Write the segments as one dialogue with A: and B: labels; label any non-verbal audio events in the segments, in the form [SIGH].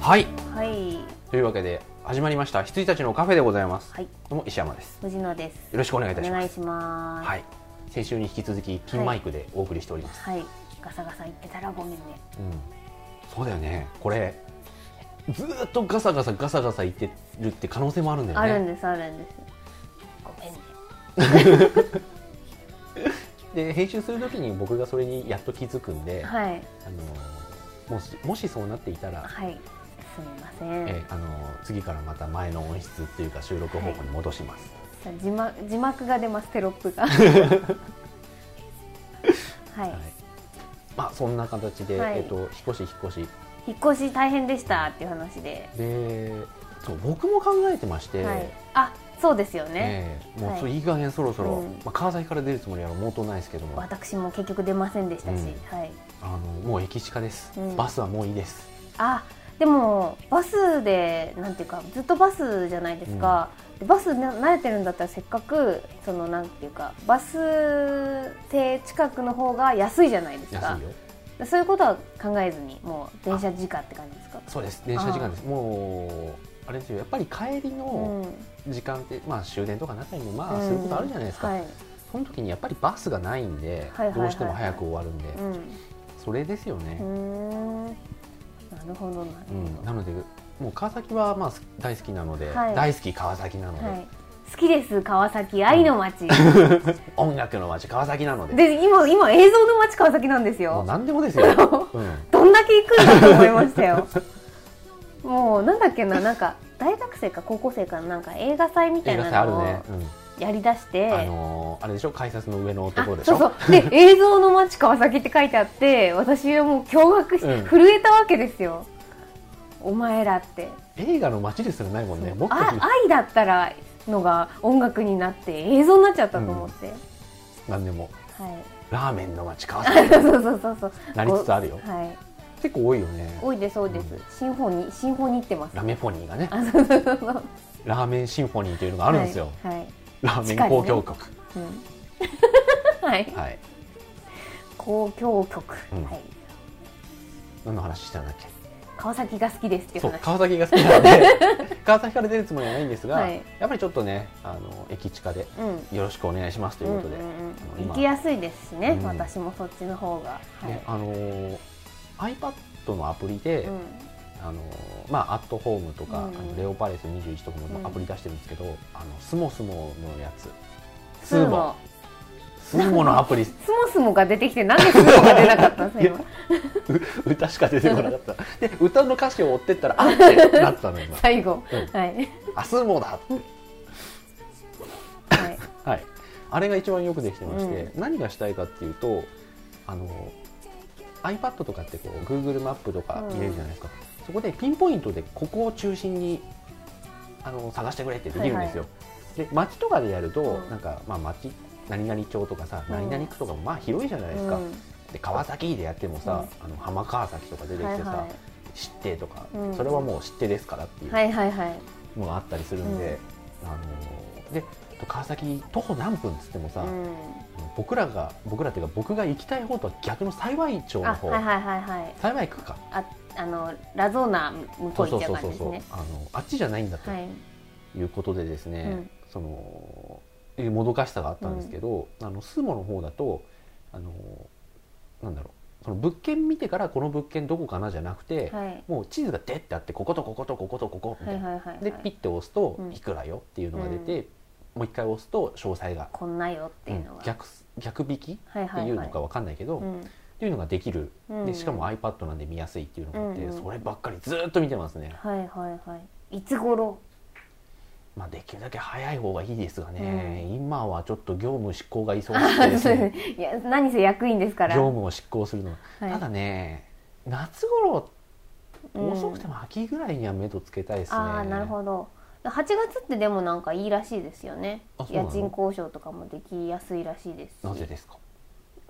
A: はい
B: はい、
A: というわけで始まりました羊たちのカフェでございます、
B: はい、
A: どうも石山です
B: 藤野です。
A: よろしくお願いいたし
B: お
A: ま
B: 願
A: す
B: いします。
A: はい先週に引き続きピンマイクでお送りしております、
B: はい、ガサガサ言ってたらごめんね。
A: うんそうだよねこれずーっとガサガサガサガサ言ってるって可能性もあるんだよ
B: あ
A: ね
B: るんです、あるんです。ごめんね。
A: で編集するときに僕がそれにやっと気づくんで、
B: は
A: あ
B: い、
A: のーもしもしそうなっていたら、
B: はい、すみません。
A: えーあのー次からまた前の音質っていうか収録方法に戻します、
B: さあ字幕字幕が出ます、テロップ [LAUGHS] が。はい、
A: はいまあそんな形で、
B: はい
A: えっと引っ越し引っ越し
B: 引っ越し大変でしたっていう話で。
A: でそう僕も考えてまして、
B: はい、あ、そうですよね。
A: えーも
B: は
A: う
B: い
A: そういい加減そろそろ、
B: うん
A: まあ、関西から出るつもりはもうとうないですけどもあ
B: 私も結局出ませんでしたし、
A: う
B: はい。
A: のもう駅近です、
B: うん
A: バスはもういいです
B: あでもバスでなんていうかずっとバスじゃないですか、でバスな慣れてるんだったらせっかくそのなんていうかバス停近くの方が安いじゃないですか
A: 安いよ
B: そういうことは考えずにもう電車直って感じですか
A: そうです電車時間ですもうあれですよやっぱり帰りの時間って、まあ終電とかなったりもまあすることあるじゃないですか、
B: うんはい
A: その時にやっぱりバスがないんで、
B: はいはいはい
A: どうしても早く終わるんで、それですよ
B: う
A: ね、
B: んうーんなるほどなる
A: うん
B: ほど、
A: なのでもう川崎はまあす大好きなので、
B: はい
A: 大好き川崎なので、
B: はい、好きです川崎愛の街、
A: 音楽の街川崎なので
B: で今今映像の街川崎なんです
A: もう
B: よ
A: 何でもですよ、うん、
B: どんだけ行くんだと思いましたよもうなんだっけななんか大学生か高校生かのなんか映画祭みた
A: 映
B: い
A: 画祭あ
B: な
A: る
B: のを
A: ね、うん
B: やりだして、
A: あのーあれでしょ改札の上のと
B: あ
A: ころでし
B: そ
A: ょ
B: うそうで映像の街川崎って書いてあって私はもう驚愕し、
A: うん
B: 震えたわけですよお前らって、
A: 映画の街ですらないもんねもっと
B: あ愛だったらのが音楽になって映像になっちゃったと思って、
A: 何でも
B: はい [LAUGHS]
A: ラーメンの街川崎
B: そうそうそうそう
A: なりつつあるよ
B: はい
A: 結構多いよね
B: 多いです多いです、新法に新法に行ってます
A: ラメフォニーがね
B: あそうそうそうそう
A: ラーメンシンフォニーというのがあるんですよ、
B: はいはい
A: ラーメン交響曲、
B: うんはい、
A: はい
B: 交響曲、
A: うん
B: はい、
A: 何の話してたんだっけ
B: 川崎が好きですっていう
A: そう
B: 話
A: 川崎が好きなの
B: [LAUGHS]
A: で川崎から出るつもりはないんですが、
B: はい
A: やっぱりちょっとねあの駅近で
B: うん
A: よろしくお願いしますということで、
B: んんうん
A: あの今
B: 行きやすいですしね、
A: うん
B: 私もそっちの方が、はい
A: ねあのー iPad のアプリで、
B: うん
A: あのーまあ、アットホームとか、
B: うん
A: あのレオパレス21とか
B: う
A: も
B: ん
A: アプリ出してるんですけど、あのスモスモのやつ
B: スモ
A: スモスモのアプ
B: [LAUGHS]
A: リ
B: スモスモが出てきてなんでスモが出なかったんですか今
A: う歌しか出てこなかったで歌の歌詞を追ってったらあってなったの今
B: 最後、
A: うん
B: はい、はい、
A: あスモだってはい、あれが一番よくできてまして、何がしたいかっていうとあの iPad とかってこう Google マップとか見れるじゃないですか、そこでピンポイントでここを中心にあの探してくれってできるんですよ。で街とかでやると、
B: うん
A: なんか、まあ、街何々町とかさ、
B: う
A: 何
B: ん
A: 々区とかもまあ広いじゃないですか、で川崎でやってもさ、あの浜川崎とか出てきてさ、
B: は
A: 知ってとか、
B: うん
A: それはもう知ってですからっていう
B: いはいはいはいはい
A: のがあったりするんで、あので川崎徒歩何分っつってもさ、
B: うん
A: 僕らが僕らっていうか僕が行きたい方とは逆の幸い町の
B: あ
A: 方、
B: はいはいはいはい
A: 幸い区か
B: ああのラゾーナ向こ
A: そうう
B: 行
A: そ
B: っ
A: う
B: ち
A: そ
B: ゃう
A: う
B: 感
A: そう
B: じです
A: そう
B: ね
A: あのあっちじゃないんだと
B: はい
A: いうことでですね、
B: うん
A: そのえもどかしさがあったんですけど、あのスモの方だとあのなんだろうその物件見てからこの物件どこかなじゃなくて、
B: はい
A: もう地図がでってあってこことこことこことここみた
B: はいい
A: な、
B: はいはいはい
A: でピッて押すと
B: うん
A: いくらよっていうのが出て、もう一回押すと詳細が、
B: こんなよっていうの
A: うん
B: が、
A: 逆す逆引きっ
B: はい
A: て
B: はい
A: いう
B: は
A: の
B: い
A: かわかんないけど、
B: う
A: っ
B: ん
A: ていうのができる、
B: うん
A: でしかも iPad なんで見やすいっていうのがあって、
B: うんうん
A: そればっかりずーっと見てますね、
B: はいはいはいいつ頃
A: まあ、できるだけ早い方がいいですがね、
B: う
A: 今はちょっと業務執行が忙
B: [LAUGHS]
A: しくてですね
B: いや何せ役員ですか
A: 業
B: ら
A: 務を執行するの、
B: はい
A: ただね夏頃
B: うん
A: 遅くても秋ぐらいには目処つけたいですね、
B: ああなるほど8月ってでもなんかいいらしいですよね
A: あそうな
B: 家
A: の
B: 賃交渉とかもできやすいらしいですし
A: なぜですか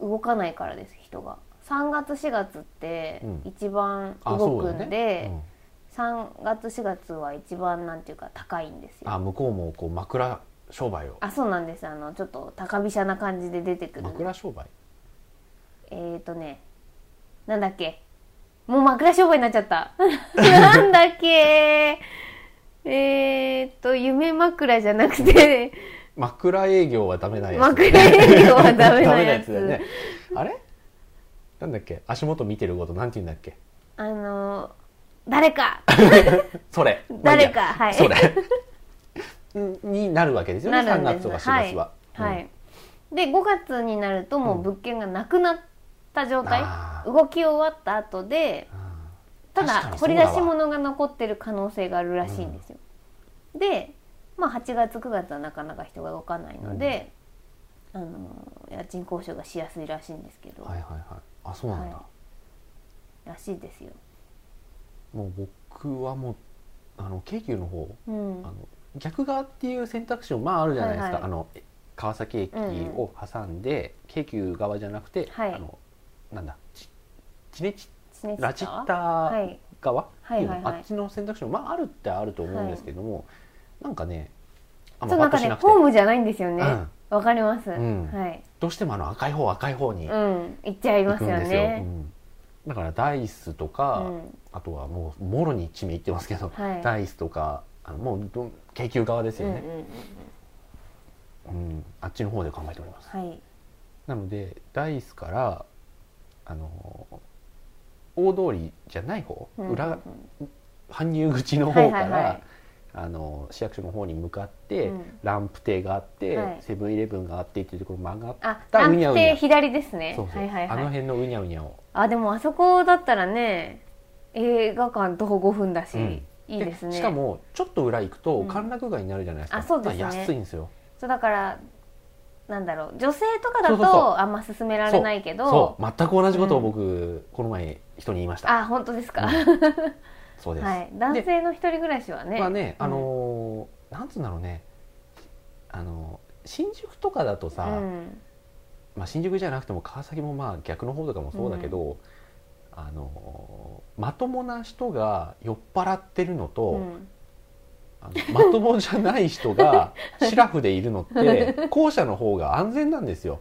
B: 動かないからです人が3月4月って
A: うん
B: 一番
A: あ
B: 動
A: そう
B: く
A: だ
B: ん
A: よ
B: で、
A: ね、うん
B: 3月4月は一番なんていうか高いんですよ
A: あ向こうもこう枕商売を
B: あそうなんですあのちょっと高飛車な感じで出てくる
A: 枕商売
B: えっ、ー、とねなんだっけもう枕商売になっちゃった。 [LAUGHS] なんだっけえーっと、夢枕じゃなくて、 [LAUGHS]
A: 枕営業はダメなやつ
B: 枕営業はダメなやつ
A: ダメだよねあれなんだっけ足元見てることなんて言うんだっけ
B: あの、
A: [LAUGHS]
B: 誰か
A: それ
B: 誰か
A: まあいいや
B: は
A: そ
B: い
A: れ [LAUGHS] んになるわけですよね
B: な
A: 3
B: るんです
A: 月とか4月は、
B: は
A: うん
B: い。で、5月になるともう物件がなくなった状態、
A: あー
B: 動き終わった後で、
A: あ
B: た
A: 確か
B: だ
A: にそ
B: 掘
A: うだ
B: り
A: わ
B: 出し物が残ってる可能性があるらしいんですよ、で、まあ、8月9月はなかなか人が動かないので、あの家賃交渉がしやすいらしいんですけど、
A: ーはいはいはいあそうなんだ、
B: はらしいですよ、
A: もう僕はもうあの京急の方
B: うん
A: あの逆側っていう選択肢もまああるじゃないですか、
B: はいはい
A: あのえ川崎駅を挟んで、京急側じゃなくて、
B: はい
A: あのなんだちちねち
B: 地熱
A: ラチッ
B: は
A: タ
B: い、
A: 側っていうの、
B: はいはいはい
A: あっちの選択肢もまああるってあると思うんですけども、なんかねあん
B: そ
A: ま
B: う
A: パッと
B: なんか
A: し
B: ね
A: なくて、
B: ホームじゃないんですよね
A: うん
B: わ、かります、
A: ん
B: はい
A: どうしてもあの赤い方赤い方に
B: う
A: 行
B: ん行っちゃいま
A: く
B: す
A: ん
B: よ
A: ですよ,、
B: ね
A: うんだからダイスと
B: う
A: か、
B: ん
A: あとはもうもろに地名言ってますけど、
B: はい
A: ダイスとかあのもうど京急側です
B: うん
A: よ
B: うん
A: ね、
B: うん
A: うん、あっちの方で考えております
B: はい
A: なのでダイスからあの大通りじゃない方、
B: うん
A: 裏
B: うん
A: 搬入口の
B: は
A: 方
B: いは
A: か
B: い
A: ら、
B: はい
A: あの市役所の方に向かって、
B: うん
A: ランプ亭があって、
B: はい
A: セブンイレブンがあってっていうところ曲がっ
B: あ、
A: たうにゃう
B: 南
A: に
B: 西
A: ゃ
B: 左ですね
A: そうそう
B: はいはいはい
A: あの辺のうにゃうにゃを
B: あでもあそこだったらね映画館徒歩5分だし、
A: うん
B: いいですね
A: しかもちょっと裏行く
B: う
A: と
B: ん
A: 歓楽街になるじゃないですか、
B: あそうですね
A: だから安いんですよ
B: そうだからなんだろう女性とかだと
A: そうそうそう
B: あんま勧められないけど
A: そう全く同じことを
B: うん
A: 僕、この前人に言いました
B: あ本当ですか、
A: う
B: は
A: そう
B: [LAUGHS]
A: です、
B: い男性の一人暮らしはね
A: まあね、
B: うん
A: あのーなんつうんだろうね、あのー新宿とかだとさ、
B: うん
A: まあ、新宿じゃなくても川崎もまあ逆の方とかもそうだけど、あのーまともな人が酔っ払ってるのと、
B: うん
A: あのまともじゃない人
B: [LAUGHS]
A: がシラフでいるのって後者の方が安全なんですよ。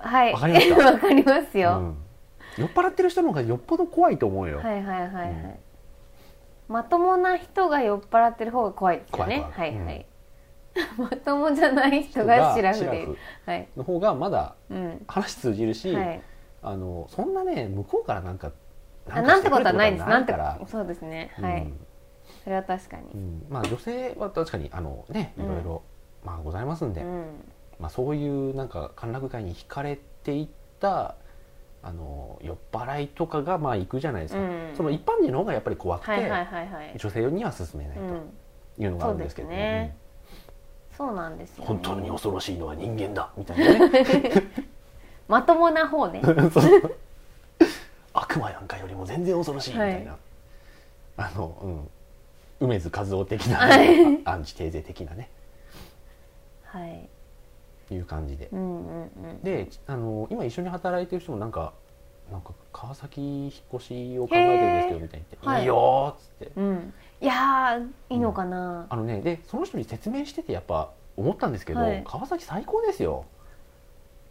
B: はい
A: わかりますか
B: [LAUGHS] わかります
A: う
B: よ、
A: ん酔っ払ってる人の方がよっぽど怖いと思うよ。
B: はいはいはいはい、
A: うん
B: まともな人が酔っ払ってる方が怖いですよね
A: 怖い怖い
B: はいはい、 [LAUGHS] まともじゃない人
A: 人
B: が
A: が
B: シ
A: シ
B: ラ
A: ラ
B: フで
A: フ
B: はい、
A: の方がまだ
B: うん
A: 話通じるし、
B: はい、
A: あのそんなね向こうからなんか
B: あなんてことはないです。なん
A: かして
B: て
A: くるから
B: そうですね。はい、
A: うん
B: それは確かに
A: う。んまあ女性は確かにあのねいろいろ、まあございますんで、
B: うん、
A: まあそういうなんか歓楽街に惹かれていったあの酔っ払いとかがまあ行くじゃないですか、
B: うん
A: その一般人の方がやっぱり怖くて、
B: はいはいはいはい。
A: 女性には勧めないうと
B: ん、
A: いうのがあるんですけど
B: そうですねそうなんですよ、
A: うん
B: ね。
A: 本当に恐ろしいのは人間だみたいなね
B: まとも
A: [LAUGHS]
B: な方ね。
A: そう悪魔なんかよりも全然恐ろしいみたいな、
B: は
A: あの、うん、梅津和夫的な
B: はい
A: アンチテーゼ的なね
B: はい。
A: いう感じで
B: うんうんうん。
A: であの今一緒に働いてる人もなんかなんか川崎引っ越しを考えてるんですけどみたいに言って「
B: はい
A: い、いよ」っつって
B: うん。いやーいいのかな。
A: あのねでその人に説明しててやっぱ思ったんですけど、
B: はい
A: 川崎最高ですよ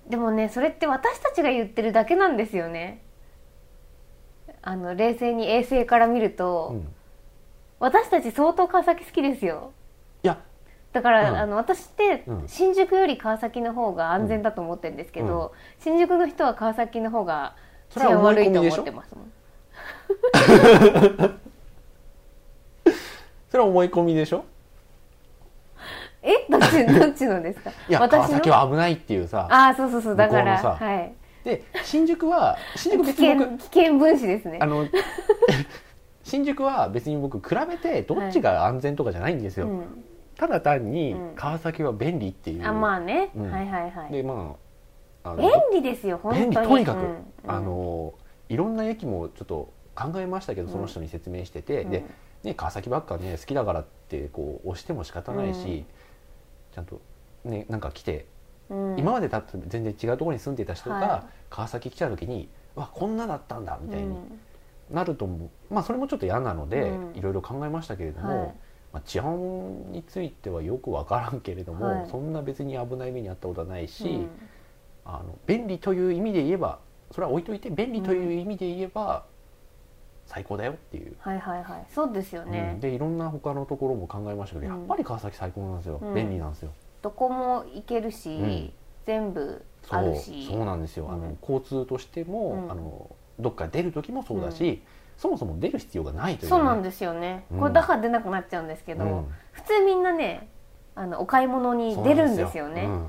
B: でもねそれって私たちが言ってるだけなんですよね。あの冷静に衛星から見ると、
A: うん、い
B: 私たち相当川崎好きですよ。
A: や
B: だから、
A: うん
B: あの私って
A: うん
B: 新宿より川崎の方が安全だと思ってるんですけど、新宿の人は川崎の方が
A: そ
B: 治
A: れは
B: 安
A: 思い
B: 悪
A: 込
B: いと
A: みで
B: 思
A: し
B: っ
A: ょ
B: てますもん
A: それは思い込みでしょ
B: え [LAUGHS] どっちどっちのですか
A: いや川崎は危ないっていうさ
B: ああそうそうそうだから
A: 向こうのさ
B: はい、
A: で新宿は新宿
B: 危
A: 別に
B: 険
A: 僕
B: 危険分子ですね
A: あの [LAUGHS] 新宿は別に僕比べてどっちが安全とかじゃないんです
B: う
A: よ、
B: ん、
A: ただ単に
B: うん
A: 川崎は便利っていう、
B: あまあね、
A: うん
B: はいはいはい
A: でまああの
B: 便利ですよ本当
A: 便
B: に
A: 利とにかく、
B: うんうん
A: あのいろんな駅もちょっと考えましたけどその人に説明してて、
B: うん
A: で、ね、川崎ばっかね好きだからってこう押しても仕方ないし、
B: うん
A: ちゃんと、ね、なんか来て、
B: うん
A: 今までだって全然違うところに住んでた人が、
B: は
A: 川崎来た時に「うわこんなだったんだ」みたいに
B: うん
A: なると思う、まあそれもちょっと嫌なので、
B: うん
A: いろいろ考えましたけれども、
B: はい
A: まあ、治安についてはよく分からんけれども、
B: はい
A: そんな別に危ない目にあったことはないし。
B: うん
A: あの便利という意味で言えばそれは置いといて便利という意味で言えば最高だよっていう、
B: はいはいはいそうですよね、
A: うんでいろんな他のところも考えましたけど、
B: うん
A: やっぱり川崎最高なんですよ、
B: うん
A: 便利なんですよ
B: どこも行けるし、
A: ん
B: 全部
A: そ
B: ある
A: う
B: し
A: そうなんですよ、あ
B: う
A: の
B: ん
A: 交通としても、
B: うん
A: あのどっか出る時もそうだし、そもそも出る必要がないという、ね、
B: そうなんですよね、
A: うん
B: これだから出なくなっちゃうんですけど、
A: うん
B: 普通みんなねあのお買い物に
A: そう
B: 出
A: な
B: るんですよね
A: うん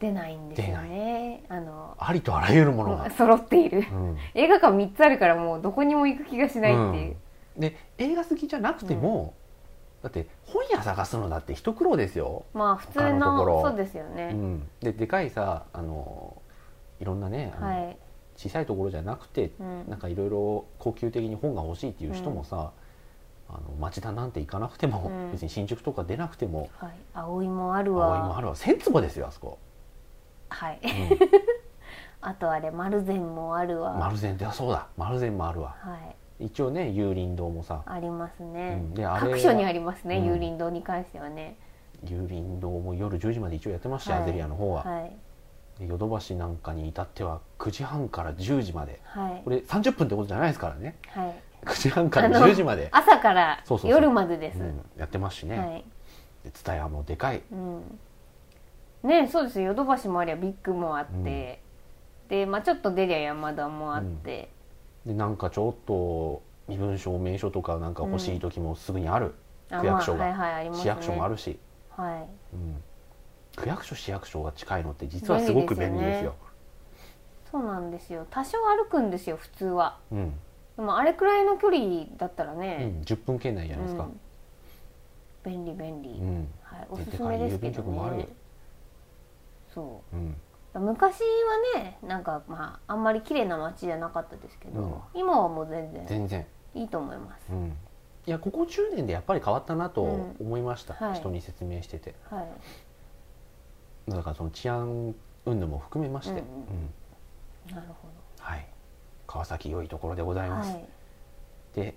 B: 出ないんですよねあの
A: ありとあらゆるものが、
B: 揃っている [LAUGHS]
A: うん
B: 映画館3つあるからもうどこにも行く気がしないっていう、
A: うんで映画好きじゃなくても、だって本屋探すのだって一苦労ですよ、
B: まあ普通
A: 他のところ
B: のそうですよ
A: う
B: ね、
A: ん、ででかいさあのいろんなね、あの
B: はい、
A: 小さいところじゃなくて
B: うん
A: なんかいろいろ高級的に本が欲しいっていう人もさ、あの町田なんて行かなくても、
B: うん
A: 別に新宿とか出なくても
B: はい、葵もあるわ
A: 青いもあるわ千坪ですよあそ
B: [LAUGHS]
A: こ、
B: はい、
A: うん、
B: あとあれ丸善もあるわ、
A: 丸善ってあそうだ丸善もあるわ
B: はい
A: 一応ね有林堂もさ
B: あります
A: う
B: ね、
A: んであれ
B: 各所にありますね、
A: うん
B: 有林堂に関してはね
A: 有林堂も夜10時まで一応やってました、
B: はい
A: アゼリアの方は、
B: はい
A: でヨドバシなんかに至っては9時半から10時まで
B: はい
A: これ30分ってことじゃないですからね
B: はい
A: 9時半から
B: あの
A: 10時まで、
B: 朝から
A: そうそうそう
B: 夜までです
A: うん、やってますしね、
B: はい、
A: で蔦屋もでかい
B: うん、ねそうですよヨドバシもありゃビッグもあって、で、まあ、ちょっと出りゃ山田もあって、
A: でなんかちょっと身分証明書とかなんか欲しい時もすぐにある、
B: あ
A: 区役所が
B: まあはいはい、ありますね
A: 市役所もあるし、
B: はい
A: うん、区役所市役所が近いのって実はすごく便利ですよ。
B: そうなんですよ多少歩くんですよ普通は
A: うん
B: でもあれくらいの距離だったら
A: う
B: ね、
A: ん、10分圏内じゃないですか、
B: うん便利便利、
A: うんうん
B: はい、おすすめですけ
A: でかい郵便
B: ど
A: 局もある
B: ね
A: よ
B: そう昔はねなんかまああんまり綺麗な街じゃなかったですけど、
A: う
B: 今はもう全然
A: 全然、
B: いいと思います
A: う、ん、いやここ10年でやっぱり変わったなと
B: うん
A: 思いました、
B: はい
A: 人に説明してて
B: はい
A: だからその治安云々も含めまして、
B: うんう
A: う
B: ん
A: ん
B: なる
A: はい、川崎良いところでござい
B: ほど
A: ます、
B: はい
A: で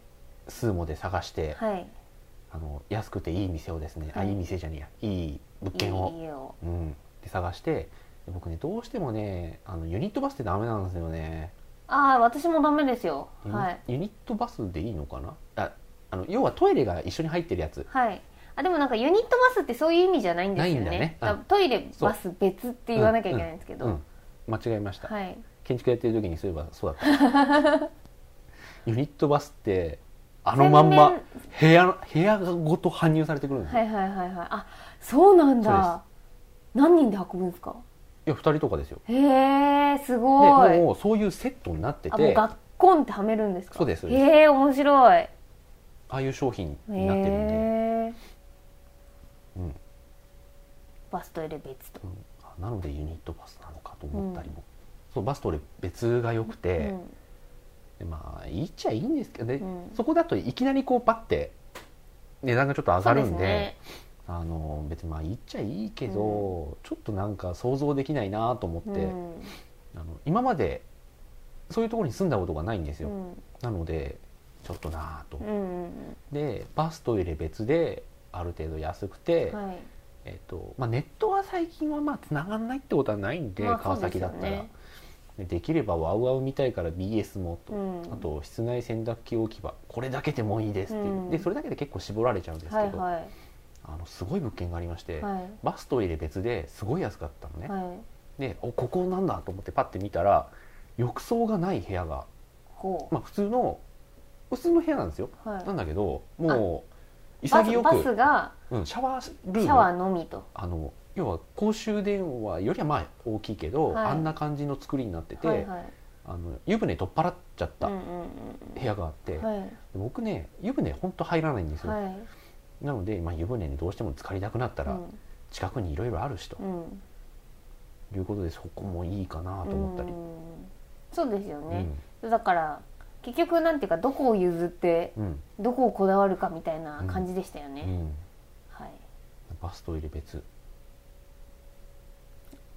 A: スーモで探して、
B: はい
A: あの安くていい店をですね、
B: はい
A: あいい店じゃねえやいい物
B: いい家
A: 件を、
B: を
A: うん、で探してで僕ねどうしてもねあのユニットバスってダメなんですよね、
B: ああ私もダメですよ
A: ユニ
B: はい
A: ユニットバスでいいのかなああの要はトイレが一緒に入ってるやつ
B: はいあでもなんかユニットバスってそういう意味じゃないんですよね
A: ないんだね
B: だ
A: うん
B: トイレ
A: そう
B: バス別って言わなきゃいけないんですけど、
A: うん間違えました、
B: はい
A: 建築やってる時にそういえばそうだった
B: [LAUGHS]
A: ユニットバスってあのまんま部屋の部屋ごと搬入されてくるんですよ、
B: はいはいはいはいあそうなん
A: そう
B: だ何人で運ぶんですか
A: い、や2人とかですよ
B: へえす
A: で
B: ごい
A: もうそういうセットになって
B: あもう
A: てあ
B: 学校ってはめるんですか
A: そうですそうです
B: へえ面白いへ
A: あいう商品になってるんで、
B: え
A: うん
B: バストイレ別と
A: うんあなのでユニットバスなのかと思ったりも、そうバスと俺別が良く
B: う
A: て、
B: ん
A: でまあいいっちゃいいんですけど、ね
B: うん
A: そこだといきなりこうパッて値段がちょっと上
B: そ
A: が
B: うで
A: る
B: す
A: んで
B: ね
A: あの別にまあいいっちゃいいけど、ちょっとなんか想像できないなと思って、
B: うん
A: あの今までそういうところに住んだことがないんですよ、
B: うん
A: なのでちょっとなぁと、
B: うん
A: でバストイレ別である程度安くて、
B: うんはい
A: えっとまあ、ネットは最近はまあ繋がんないってことはないんで、
B: まあ
A: 川崎だったらで,、きればワウワウみたいから BS もと、
B: うん
A: あと室内洗濯機置き場これだけでもいいですっていう、
B: うん
A: でそれだけで結構絞られちゃうんですけど、
B: はいは
A: あのすごい物件がありまして、
B: いは
A: バストイレ別ですごい安かったのね、
B: いはい
A: でおここなんだと思ってパッて見たら浴槽がない部屋が、
B: こ
A: まあ、普通の普通の部屋なんですよ
B: うはい
A: なんだけどもう
B: バ
A: 潔
B: ス
A: く
B: バスが
A: うん、シャワールーム
B: シャワーのみと
A: あの要は公衆電話よりはまあ大きいけど、
B: はい
A: あんな感じの作りになってて、
B: はいはい
A: あの湯船取っ払っちゃった
B: うん
A: 部
B: うん
A: 屋があって、
B: うんはい
A: 僕ね湯船ほんと入らないんですよ、
B: はい
A: なので、まあ、湯船にどうしても浸かりたくなった
B: う
A: ら、
B: ん
A: 近くにいろいろあるしと
B: うん
A: いうことでそこもいいかなと思ったり、
B: うんそうですよ
A: うん
B: ねだから結局なんていうかどこを譲って
A: うん
B: どこをこだわるかみたいな感じでしたよね、
A: うん
B: はい
A: バストイレ別、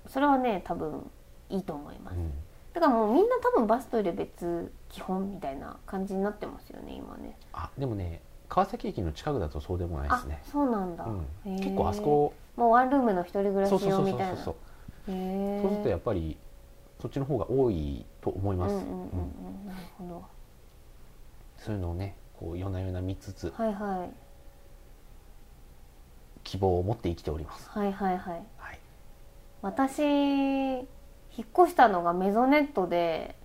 B: それはね多分いいと思いま
A: う
B: す、
A: ん
B: だからもうみんな多分バストイレ別基本みたいな感じになってますよね今ね
A: あでもね川崎駅の近くだとそうでもないで
B: あ
A: すね、
B: そうなんだ、
A: うん、
B: へー
A: 結構あそこ
B: もうワンルームの一人暮らし
A: そうそうそ
B: 用
A: うそ
B: み
A: う
B: たいな
A: そう
B: へえ
A: そうするとやっぱりそっちの方が多いと思い
B: うん
A: ま
B: う
A: す、
B: んうんうんなるほど
A: そういうのをねこう夜な夜な見つつ
B: はいはい
A: 希望を持って生きております、
B: はいはいはい
A: はい、
B: 私引っ越したのがメゾネットで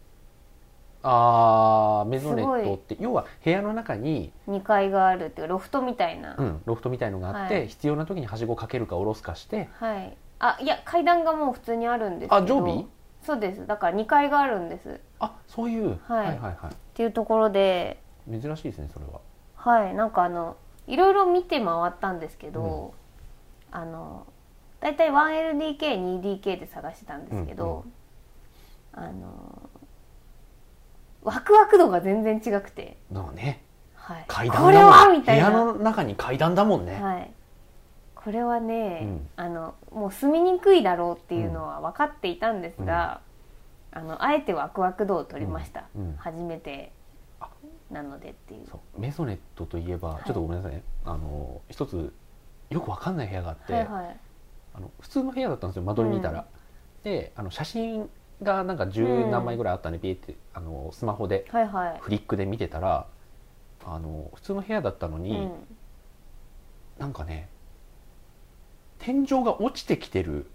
A: あーメゾネ
B: す
A: ッ
B: ご
A: ト
B: い
A: って要は部屋の中に、
B: 2階があるっていうロフトみたいな、
A: うん、ロフトみたいのがあって、
B: はい
A: 必要な時にはしごかけるか下ろすかして
B: はいあいや階段がもう普通にあるんですけど
A: あ常備
B: そうですだから2階があるんですっ
A: あそういう、
B: はい
A: はいはいは
B: ていうところで
A: い珍しいですねそれは
B: はいなんかあのいろいろ見て回ったんですけど、あのだいたい 1LDK2DK で探してたんですけど、あのワクワク度が全然違くて、
A: だからね
B: はい、
A: 階段
B: これは
A: だもん
B: み
A: 部
B: たいな
A: 屋の中に階段だもんね、
B: はい、これはね、
A: うん
B: あのもう住みにくいだろうっていうのは分かっていたんですが、あのあえてワクワク度を取りました、
A: うんうん
B: 初めて
A: あ
B: なのでっていう
A: そうメゾネットといえば、
B: い
A: ちょっとごめんなさいねあの一つよくわかんない部屋があって、
B: はいはい
A: あの普通の部屋だったんですよ間取り見たら、であの写真がなんか十何枚ぐらいあったんで、ビーってあのスマホで
B: はいはい
A: フリックで見てたらあの普通の部屋だったのに、
B: うん
A: なんかね天井が落ちてきてる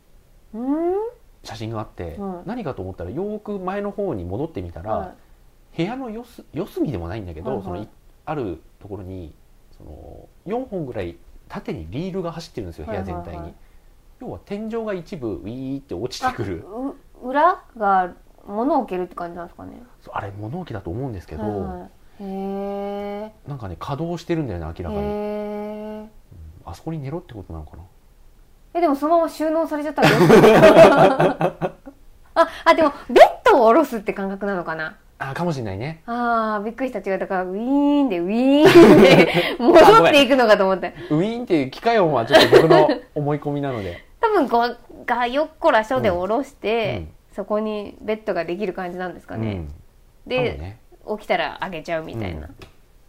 B: うん
A: 写真があって、
B: うん
A: 何かと思ったらよーく前の方に戻ってみたら、
B: は
A: 部屋の四す四隅でもないんだけど、
B: はいはい
A: そのいあるところにその4本ぐらい縦にリールが走ってるんですよ部屋全体に、
B: はいはいはい
A: 要は天井が一部ウィーって落ち
B: い
A: てくる
B: う裏が物を置けるって感じなんですかね
A: そうあれ物置だと思うんですけど、
B: はいはい、へ
A: なんかね稼働してるんだよね明
B: え
A: らかに、
B: へー
A: あそこに寝ろってことなのかな
B: えでもそのまま収納され
A: [LAUGHS]
B: ちゃったらどうしようああでもベッドを下ろすって感覚なのかな
A: あかもしれないね
B: ああ、びっくりした。違う。だから、ウィーンで、ウィーン
A: [LAUGHS]
B: で戻っていくのかと思って。
A: ウィーンっていう機械音はちょっと僕の思い込みなの
B: [LAUGHS]
A: で
B: 多分こう、がよっこらしょで下ろして、
A: うん
B: そこにベッドができる感じなんですかね。
A: うん、かも
B: で、
A: ね、
B: 起きたらあげちゃうみたいな。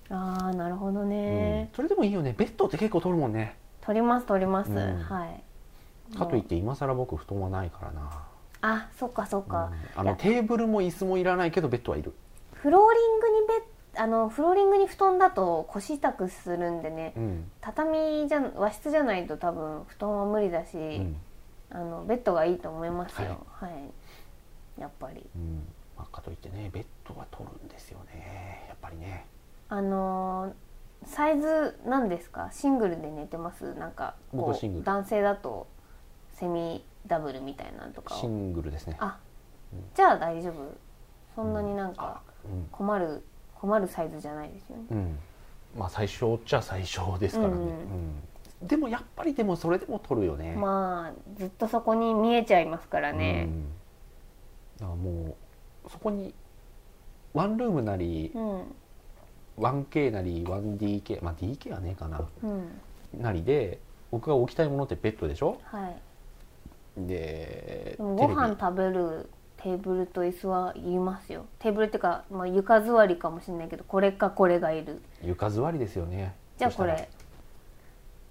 A: うん
B: ああ、なるほど
A: うん
B: ね。
A: それでもいいよねベッドって結構取るもんね
B: 取ります、取ります。
A: うん
B: はい。
A: かといって今更僕布団はないからな
B: あ、そっかそっか。
A: うんあ
B: いや
A: のテーブルも椅子もいらないけどベッドはいる、
B: フローリングにベッあの、フローリングに布団だと腰痛くするんでね、
A: うん
B: 畳じゃ、和室じゃないと多分布団は無理だし、
A: うん
B: あのベッドがいいと思いますよ。はい。やっぱり
A: うんまあ、かといってねベッドは取るんですよねやっぱりね
B: あのーサイズなんですか？シングルで寝てます？なんか
A: 僕
B: こ
A: はシング
B: う
A: ル
B: 男性だとセミダブルみたいなのとか
A: シ
B: を。
A: ングルですね
B: あ
A: うん、
B: じゃあ大丈夫。そんなになんか
A: うん
B: 困る困るサイズじゃないですよね。
A: あうんまあ最小っちゃ最小ですからね、
B: うん
A: うんでもやっぱりでもそれでも取るよね
B: まあずっとそこに見えちゃいますからね
A: う。んだからもうそこにワンルームなり
B: うん。
A: 1K なり 1DK まあ DK はねえかな
B: うん。
A: なりで僕が置きたいものってベッドでしょ
B: はい。
A: で
B: でも
A: テ
B: ご
A: レビ
B: 飯食べるテーブルと椅子はいりますよテーブルっていうか、まあ、床座りかもしれないけどこれかこれがいる
A: 床座りですよね
B: じゃあ
A: そした
B: こ
A: ら
B: れ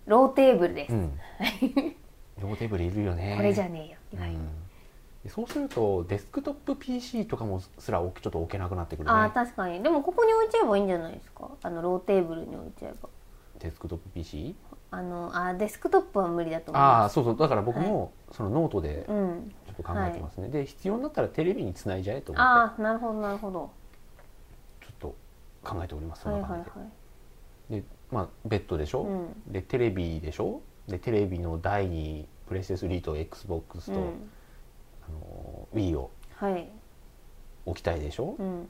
B: ローテーブルです、
A: うんローテーブルいるよね
B: これじゃねえよ、
A: うんでそうするとデスクトップ PC とかもすら置きちょっと置けなくなってくる
B: ああ
A: ね
B: 確かにでもここに置いちゃえばいいんじゃないですかあのローテーブルに置いちゃえば
A: デスクトップ PC
B: あのあーデスクトップは無理だと思い
A: あ
B: ま
A: あ
B: す
A: そうそうだから僕もそのノートでちょ
B: うん
A: っと考えてますね、で必要になったらテレビにつないじゃえと思って
B: ああなるほどなるほど
A: ちょっと考えておりますそ
B: は
A: ん
B: い
A: な
B: はい
A: 感
B: は
A: じで,、でまあベッドでしょ、
B: いうん
A: でテレビでしょでテレビの台にプレステ3と XBOX と、
B: うん
A: あの Wii を
B: はい
A: 置きたいでしょ
B: う、ん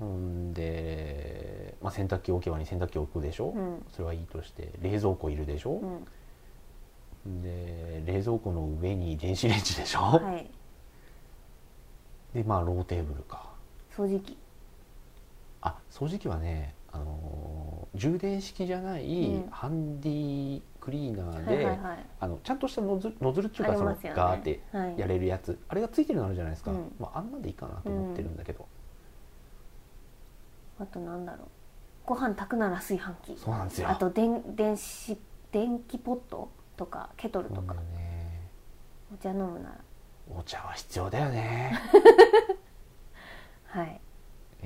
A: うん、で、まあ、洗濯機置けばに洗濯機置くでしょ、
B: うん
A: それはいいとして冷蔵庫いるでしょ
B: う、ん
A: で冷蔵庫の上に電子レンジでしょ、
B: はい
A: でまあローテーブルか
B: 掃除機
A: あ掃除機はね、あのー充電式じゃない
B: うん
A: ハンディクリーナー
B: は
A: で、
B: いはいはい
A: あのちゃんとしたノズルノズルっていう
B: あ
A: か
B: り
A: その、
B: ますよね
A: ガーって
B: はい
A: やれるやつあれがついてるのあるじゃないですか、
B: うん
A: まあ、あんなんでいいかなと思ってるんだけど、
B: あとなんだろうご飯炊くなら炊飯器
A: そうなんですよ
B: あと電電子電気ポットとかケトルと
A: なん
B: か
A: だよね
B: お茶飲むなら
A: お茶は必要だよね
B: [LAUGHS] はい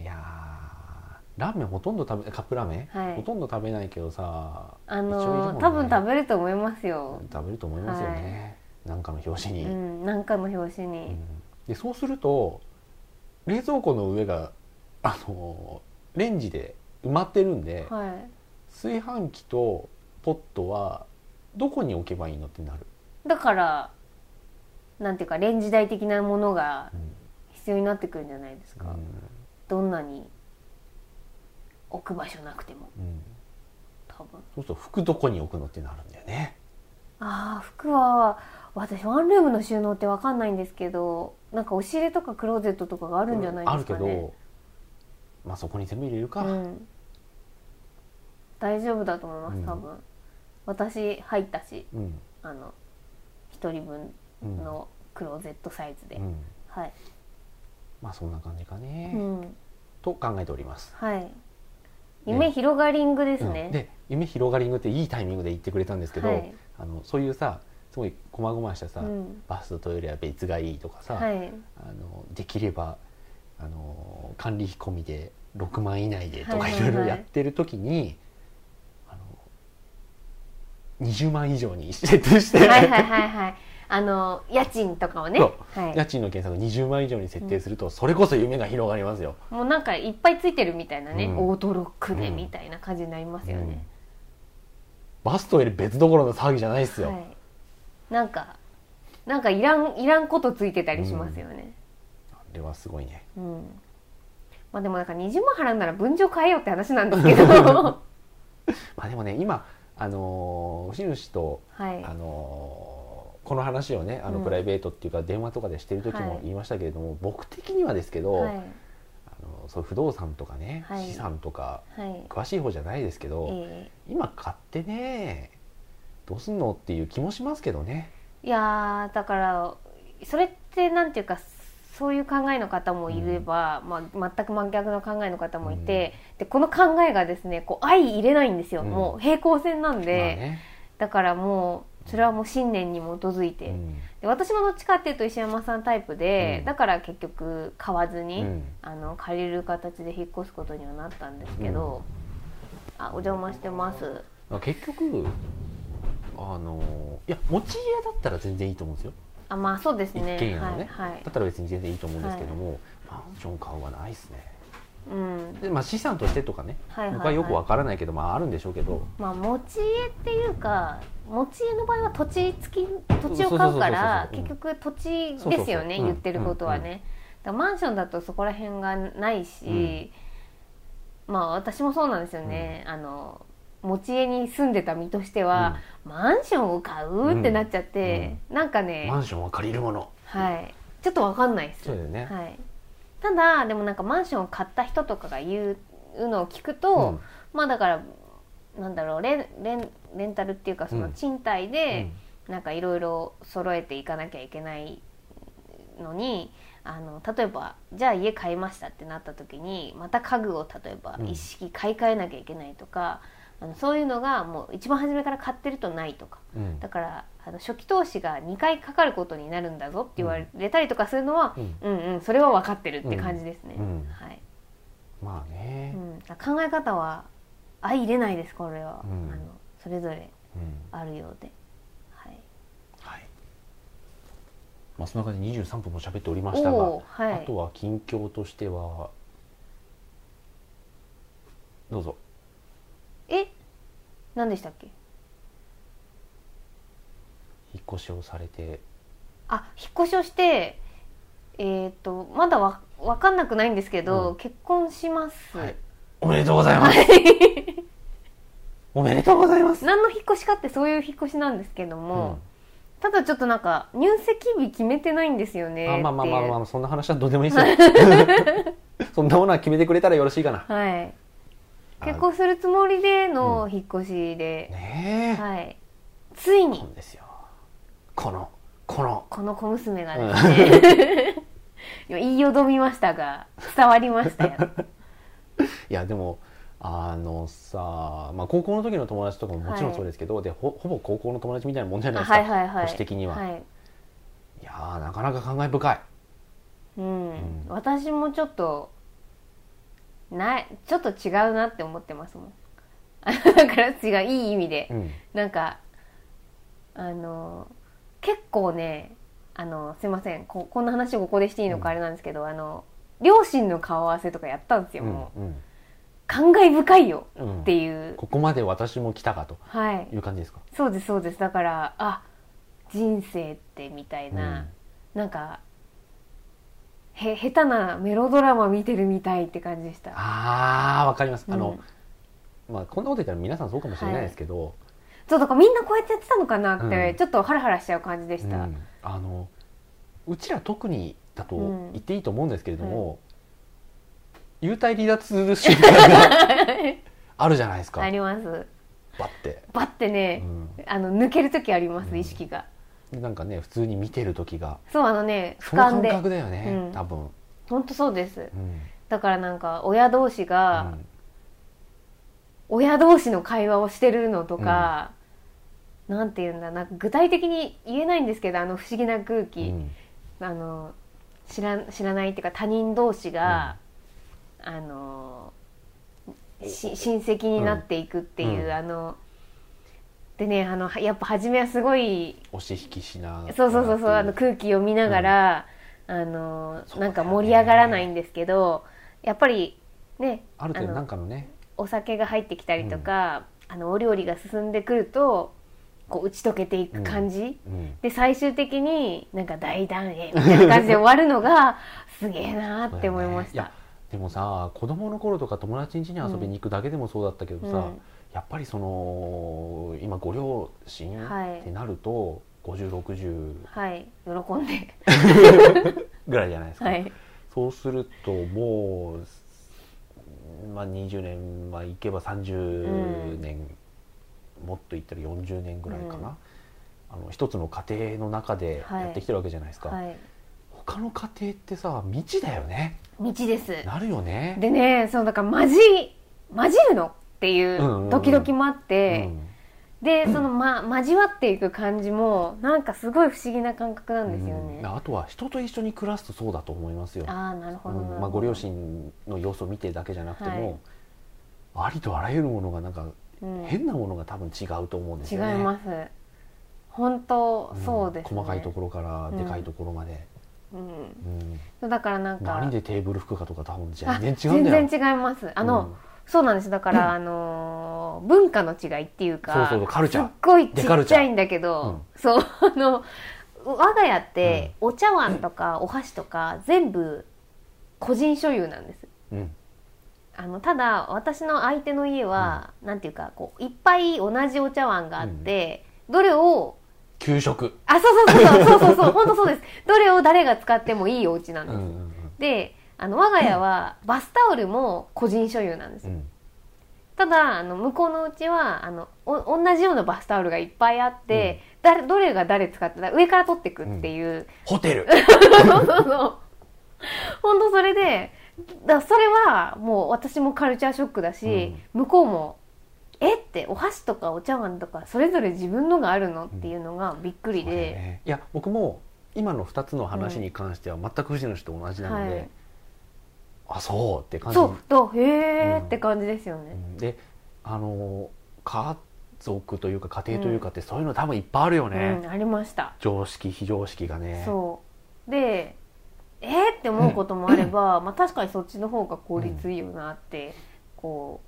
A: いやーラーメンほとんど食べカップラーメン、
B: はい
A: ほとんど食べないけどさ
B: あ
A: 一応いるも
B: の
A: ん
B: ー
A: ね
B: 多分食べると思いますよ、
A: 食べると思いますよね、なんかの表紙
B: う
A: に、
B: ん、なんかの表紙
A: う
B: に
A: ん、でそうすると冷蔵庫の上があのレンジで埋まってるんで、
B: はい
A: 炊飯器とポットはどこに置けばいいのってなる、
B: だからなんていうかレンジ台的なものが
A: うん
B: 必要になってくるんじゃないですか、どんなに置く場所なくても
A: うん
B: 多分
A: そうすると服どこに置くのってなるんだよね
B: ああ服は私ワンルームの収納ってわかんないんですけどなんか押し入れとかクローゼットとかがあ
A: あ
B: るんじゃないですかね、
A: あるけどまあそこに全部入れるか、
B: うん、大丈夫だと思います
A: うん
B: 多分、私入ったし
A: うん
B: あの一人分
A: うん
B: のクローゼットサイズで、
A: うん
B: はい、
A: まあそんな感じかね、
B: うん、
A: と考えております
B: はい夢広がりングです
A: う
B: ね
A: んで夢広がりングっていいタイミングで言ってくれたんですけど、
B: はい
A: あのそういうさすごい細々したさ、
B: うん
A: バスとトイレは別がいいとかさ、
B: はい
A: あのできればあの管理費込みで6万以内でとか
B: はい
A: い
B: はいは
A: ろ
B: い
A: いろやってる時に、あの20万以上に設定して、
B: はいはいはいはいあの家賃とかをね
A: そう
B: は
A: 家賃の検索20万以上に設定すると、それこそ夢が広がりますよ。
B: い、もうなんかいっぱいついてるみたいなね、
A: うん
B: 驚くねみたいな感じになりますよ
A: うん
B: ね、
A: バストイレ別どころの騒ぎじゃないですよ、
B: はい、なんかなんかいらんいらんことついてたりしますよね、
A: あれはすごいね
B: うんまあでもなんか20万払うなら分譲変えようって話なんです
A: [LAUGHS]
B: けどは
A: まあでもね今あのー牛主と、
B: い
A: あのーこの話をねあの
B: うん
A: プライベートっていうか電話とかでしてる時
B: は
A: も
B: い
A: 言いましたけれども、僕的にはですけど、
B: はい
A: あのそういう不動産とかね、
B: はい
A: 資産とか
B: はい
A: 詳しい方じゃないですけど、
B: え
A: 今買ってねどうすんのっていう気もしますけどね。
B: ーいやーだからそれってなんていうかそういう考えの方もいれば、まあ、全く真逆の考えの方もいて、でこの考えがですねこう相入れないんですよ、
A: うん
B: もう平行線なんで、
A: まあね
B: だからもうそれはもう信念に基づいて、
A: うん
B: で私もどっちかっていうと石山さんタイプで、
A: うん
B: だから結局買わずに、
A: うん
B: あの借りる形で引っ越すことにはなったんですけど、あお邪魔してます
A: まあ結局あのいや持ち家だったら全然いいと思うんですよ
B: あまあそうですね
A: 一軒家のね
B: はい、はい
A: だったら別に全然いいと思うんですけども、マンション買うはないですね
B: うん
A: で、まあ、資産としてとかね、
B: はいはいはい
A: 僕はよくわからないけどまああるんでしょうけど
B: まあ持ち家っていうか持ち家の場合は土地付き土地を買うから
A: そうそうそうそうそううん
B: 結局土地ですよ
A: そ
B: ね
A: うそうそううん
B: 言ってることはね、だからマンションだとそこら辺がないし、まあ私もそうなんですよね、あの持ち家に住んでた身としては、マンションを買うってなっちゃって、なんかね
A: マンションは借りるもの
B: はいちょっとわかんないです
A: そうだよね、
B: はい、ただでもなんかマンションを買った人とかが言うのを聞くと、
A: うん
B: まあだからなんだろうレンレンレンタルっていうかそうの
A: ん
B: 賃貸
A: う
B: で
A: ん
B: なんかいろいろ揃えていかなきゃいけないのにあの例えばじゃあ家買いましたってなった時にまた家具を例えば
A: うん
B: 一式買い替えなきゃいけないとか、あのそういうのがもう一番初めから買ってるとないとか
A: うん
B: だからあの初期投資が2回かかることになるんだぞって言われたりとかするのは、
A: うん
B: うん、うんそれは分かってるって感じですね、
A: うん
B: はい
A: まあね
B: う、ん、考え方は相入れないですこれは、
A: うん
B: あのそれぞれ
A: うん
B: あるようで、はい、
A: はい。まあそんな感じで23分も喋っておりましたが、
B: おーはい
A: あとは近況としてはどうぞ。
B: え何でしたっけ
A: 引っ越しをされて、
B: あ引っ越しをしてえっ、とまだわ分かんなくないんですけど、
A: うん
B: 結婚します、
A: はいおめでとうございます。おめでとうございます。
B: 何の引っ越しかってそういう引っ越しなんですけども、ただちょっとなんか入籍日決めてないんですよ
A: う
B: ね
A: ん、あまあまあまあまあ
B: っ
A: そんな話はどうでもいいですよ。そんなものは決めてくれたらよろしいかな。
B: てはい結婚するつもりでの引っ越しで、
A: ねえ、
B: はいつい
A: そ
B: に
A: うですよ。このこの
B: この小娘がです
A: [LAUGHS]
B: ね、今言いよどみましたが伝わりました
A: [LAUGHS]
B: よ
A: いやでもあのさ、まあ、高校の時の友達とかももちろんそうですけど、でほほぼ高校の友達みたいなもんじゃないですか、
B: はいはいはい
A: 保守的には、、
B: はいい
A: ややーなかなか感慨深い
B: うん、
A: うん
B: 私もちょっとないちょっと違うなって思ってますもん [LAUGHS] だから違ういい意味で、
A: うん
B: なんかあの結構ねあのすいませんここんな話をここでしていいの
A: うん
B: かあれなんですけど、あの両親の顔合わせとかやったんですよ、
A: うん
B: もう感慨深いよ
A: うんうん
B: っていう、
A: ここまで私も来たかと
B: はい
A: いう感じですか
B: そうですそうですだからあ人生ってみたいな、なんかへ下手なメロドラマ見てるみたいって感じでした
A: ああわかります、あ
B: う
A: の
B: ん
A: まあこんなこと言ったら皆さんそうかもしれないですけど、
B: そうだからみんなこうやってやってたのかなって、
A: うん
B: ちょっとハラハラしちゃう感じでした、
A: うん、あのうちら特にだと
B: うん
A: 言っていいと思うんですけれども、幽体離脱する瞬間があるじゃないですか、
B: [LAUGHS] [LAUGHS] あります
A: バッて、
B: バッて
A: う
B: ね、
A: ん
B: あの抜ける時あります、
A: うん
B: 意識が
A: でなんかね普通に見てる時が
B: そうあのね俯
A: その
B: 瞰
A: 感
B: で
A: 覚だよね、
B: うん
A: 多分、
B: 本当そうです
A: うん
B: だからなんか親同士
A: う
B: が
A: ん
B: 親同士の会話をしてるのとか、なんていうんだなんか具体的に言えないんですけどあの不思議な空気、
A: うん
B: あの知ら知らないっていうか他人同士が、あのし親戚になっていくっていう、
A: うん
B: あのでねあのはやっぱ初めはすごい
A: 押し引きしな
B: そうそうそうそうあの
A: 空
B: 空気読みながら、あの
A: そうだよね
B: なんか盛り上がらないんですけど、やっぱりね
A: ある程度
B: あの
A: なんかのね
B: お酒が入ってきたりとか、あのお料理が進んでくるとこう打ち解けていく感じ、
A: うん
B: で最終的になんか大団円みたいな感じで終わるの
A: [LAUGHS]
B: がすげえなーって思いまし
A: いや
B: た。
A: でもさ子供の頃とか友達ん家に遊びに行くだけでもそうだったけどさ、
B: うん
A: やっぱりその今ご両親
B: はい
A: ってなると、5060
B: はい、喜んで、
A: ぐらいじゃないですか、
B: はい、
A: そうするともう、まあ、20年、まあ、いけば30年、もっといったら40年ぐらいかな、あの一つの家庭の中で
B: はい
A: やってきてるわけじゃないですか、
B: はい、
A: 他の家庭ってさ未知だよね
B: 道です。
A: なるよね。
B: でね、そうだから混じ混じるのってい
A: んうんう
B: うんドキドキもあって、
A: うん
B: でそのま交わっていく感じもなんかすごい不思議な感覚なんですよね。
A: うんあとは人と一緒に暮らすとそうだと思いますよ、
B: ああなる
A: う
B: ほどなるほど、
A: んまあ、ご両親の様子を見てだけじゃなくても、ありとあらゆるものがなんか
B: うん、
A: 変なものが多分違うと思うんです
B: 違い
A: よね。
B: ます。本当
A: うん
B: そうですね。
A: 細かいところから
B: うん
A: でかいところまで、
B: うん
A: うん
B: そうだからなんか
A: 何でテーブル服かとか多分
B: あ
A: 全然違うんだよ
B: 全然違いますあの、
A: うん
B: そうなんですだから、あのー文化の違いっていうか
A: そうそうそうカルチャー
B: すっごいち
A: でカル
B: っ
A: チ
B: ち
A: ャー
B: ゃいんだけど、そうあの我が家って、お茶碗とかお箸とか全部個人所有なんです
A: うん
B: あのただ私の相手の家は、なんていうかこういっぱい同じお茶碗があって、どれを
A: 給食、
B: あそうそう
A: [LAUGHS]
B: そうそうそうそうそう本当そうですどれを誰が使ってもいいお家な
A: うんんう
B: です、
A: んうん
B: であの我が家はバスタオルも個人所有なんです
A: う
B: よ、
A: ん
B: ただあの向こうのうちはあのお同じようなバスタオルがいっぱいあって、誰どれが誰使ってた上から取ってくっていう、
A: ホテル、
B: [LAUGHS] そうそうそう本当それでだそれはもう私もカルチャーショックだし、向こうもえってお箸とかお茶碗とかそれぞれ自分のがあるのっていうのがびっくり
A: そうだよ
B: で、
A: ねいや僕も今の2つの話に関しては全く藤野氏と同じなので、
B: はい
A: あそうって感じ
B: そうとへえ
A: うん
B: って感じですよ
A: う
B: ね、
A: んであの家族というか家庭というかってそういうの多分いっぱいあるよね、
B: うんありました
A: 常識非常識がね
B: そうでえー、って思うこともあれば、まあ、確かにそっちの方が効率いいよなって、こ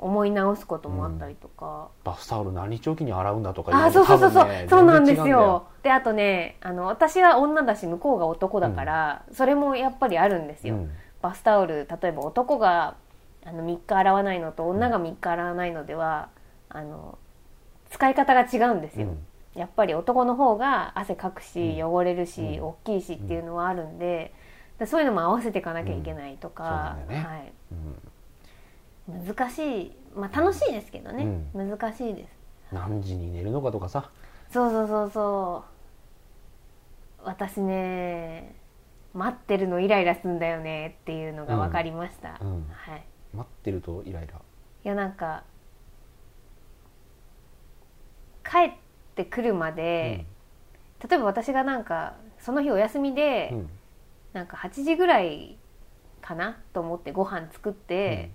B: う思い直すこともあったりとか、
A: バスタオル何日おきに洗うんだとか
B: あ
A: い
B: あそうそうそうそう、
A: 多分ね
B: そうなんです
A: 全
B: よ
A: 然違うんだ
B: であとねあの私は女だし向こうが男だから、それもやっぱりあるんですよ、
A: うん
B: バスタオル例えば男があの3日洗わないのと女が3日洗わないのでは、あの使い方が違うんですよ、
A: うん
B: やっぱり男の方が汗かくし、
A: う
B: 汚れるし、
A: うん
B: 大きいしっていうのはあるんで、でそういうのも合わせていかなきゃいけないとか、
A: うんそうなんだ
B: はい、難しいまあ楽しいですけどね、難しいです
A: 何時に寝るのかとかさ
B: そうそうそうそう私ね待ってるのイライラすんだよねっていうのが分かりました、
A: うんうん
B: はい、
A: 待ってるとイライラ
B: いやなんか帰ってくるまで、例えば私がなんかその日お休みで、
A: うん
B: なんか8時ぐらいかなと思ってご飯作って、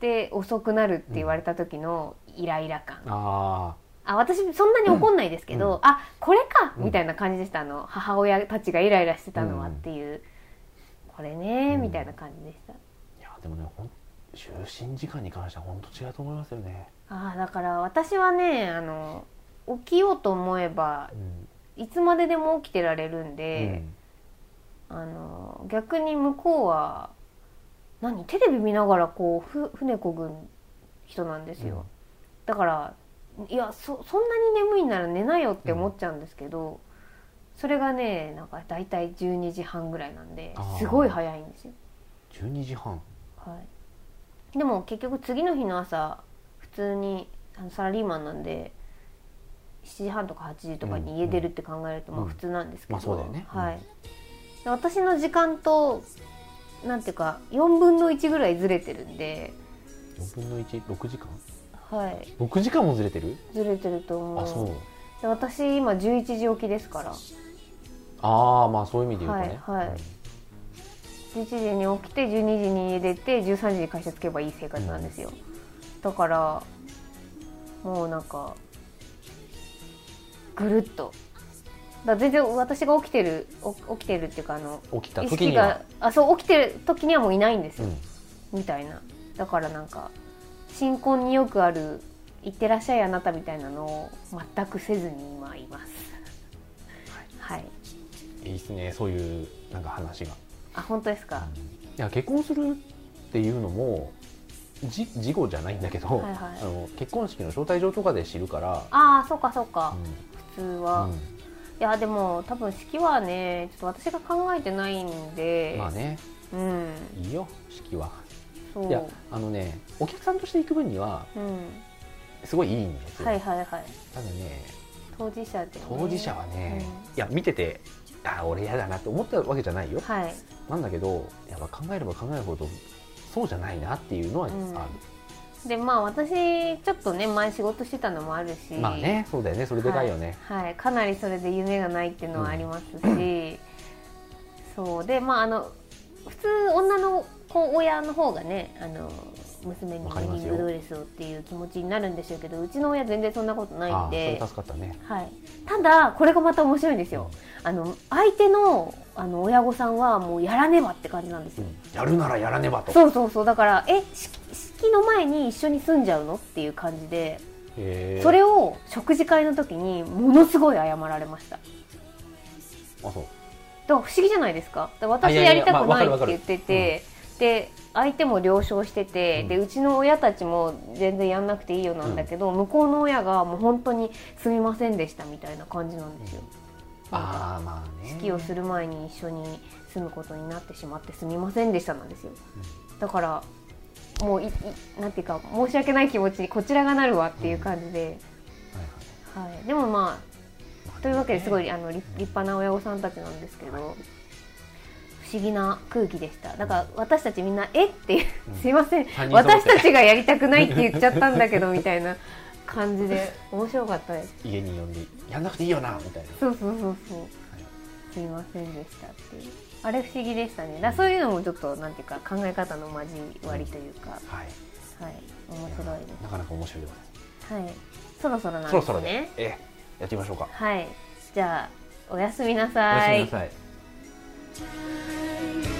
B: で遅くなるって言われた時のイライラ感、
A: うんあ
B: あ私そんなに怒んないですけど、
A: う
B: あこれか
A: うん
B: みたいな感じでしたあの母親たちがイライラしてたのは
A: う
B: っ
A: ん
B: ていう、これね
A: うん
B: みたいな感じでした、
A: あいやでもねほん就寝時間に関しては本当違うと思いますよね、
B: ああだから私はねあの起きようと思えば
A: うん
B: いつまででも起きてられるんで、あの逆に向こうは何テレビ見ながらこうふ船こぐ人なんですよ、だからいやそそんなに眠いなら寝なよって思っちゃうんですけど、それがねなんか大体12時半ぐらいなんで
A: あー
B: すごい早いんですよ、
A: うん、12時半
B: はい、でも結局次の日の朝普通にあのサラリーマンなんで7時半とか8時とかに家出るって考えると、
A: うん
B: まあ普通なんですけど、
A: まあそうだよねうん
B: はい、で私の時間となんていうか4分の1ぐらいずれてるんで、
A: 4分の16時間
B: はい、
A: 6時間もずれてる、
B: ずれてると思う
A: あそう
B: で私今11時起きですから
A: ああまあそういう意味で言うとね、
B: はいはい11時に起きて12時に家出て13時に会社着けばいい生活なんですよ、だからもうなんかぐるっとだから全然私が起きてるお起きてるっていうかあの
A: うん起きた
B: 意
A: 時
B: 識
A: には
B: があそう起きてる時にはもういないんです
A: う
B: よ、
A: ん
B: みたいなだからなんか新婚によくある「いってらっしゃいあなた」みたいなのを全くせずに今いますはい、
A: いいですねそういうなんか話が、
B: あ本当ですか、
A: いや結婚するっていうのもじ事後じゃないんだけど、
B: いはい
A: あの結婚式の招待状とかで知るから
B: ああそうかそうか、
A: う
B: 普通は、
A: ん
B: いやでも多分式はねちょっと私が考えてないん
A: う
B: で、
A: ん、まあね
B: うん
A: いいよ式は
B: そう
A: いやあのねお客さんとして行く分には
B: うん、
A: すごいいいんですよ、
B: はいはいはい
A: ただね
B: 当事者で、ね、
A: 当事者はね、
B: うん
A: いや見ててああ俺嫌だなって思ったわけじゃないよ
B: はい
A: なんだけどやっぱ考えれば考えるほどそうじゃないなっていうのはある、
B: うんでまあ私ちょっとね前仕事してたのもあるし
A: まあねそうだよねそれでかいよね、
B: はい、はいかなりそれで夢がないっていうのはありますし、そうでまああの普通女の子親の方がねあの娘にウ
A: わかり
B: ェ
A: ま
B: デ
A: す
B: ィン
A: よ
B: グドレスをっていう気持ちになるんでしょうけどうちの親全然そんなことない
A: あ
B: ん
A: あ
B: で
A: それ助かったね
B: はい、ただこれがまた面白いんですよあの相手のあの親御さんはもうやらねばって感じなんです
A: う
B: よ、
A: んやるならやらねばと
B: そうそうそうだからえ式式の前に一緒に住んじゃうのっていう感じで
A: へえ
B: それを食事会の時にものすごい謝られました
A: あそう
B: だから不思議じゃないですかだか
A: あ
B: ら私
A: いやいや
B: やりたく
A: まあわ
B: な
A: か
B: い
A: る
B: っ
A: わ
B: て
A: かる
B: 言ってて、で相手も了承してて、
A: うん
B: でうちの親たちも全然やんなくていいよなんだけど、向こうの親がもう本当にすみませんでしたみたいな感じなんですよ、
A: ああまあね
B: 式をする前に一緒に住むことになってしまってすみませんでしたなんですよ、だからもういいなんていうか申し訳ない気持ちにこちらがなるわっていう感じで、
A: はいはい
B: はい、でもま
A: まあ
B: あというわけですごいあの立
A: うん
B: 立派な親御さんたちなんですけど、不思議な空気でしただから私たちみんな「えっ?」ていう
A: うん
B: 「すいません
A: 他人揃っ
B: 私
A: て
B: たちがやりたくない」って言っちゃったんだけどみたいな感じで面白かったです
A: 家に呼んでやんなくていいよなみたいな
B: そうそうそうそうすいませんでしたっていうあれ不思議でしたねだからそういうのもちょっとなんていうか考え方の交わりというか、
A: はい、
B: はい面白いで
A: なかなか面白いでございます
B: すはいそろそろなんですね
A: そろそろで、ええやってみましょうか
B: はいじゃあおやすみな
A: おや
B: さ
A: すみ
B: い
A: なさい
C: Time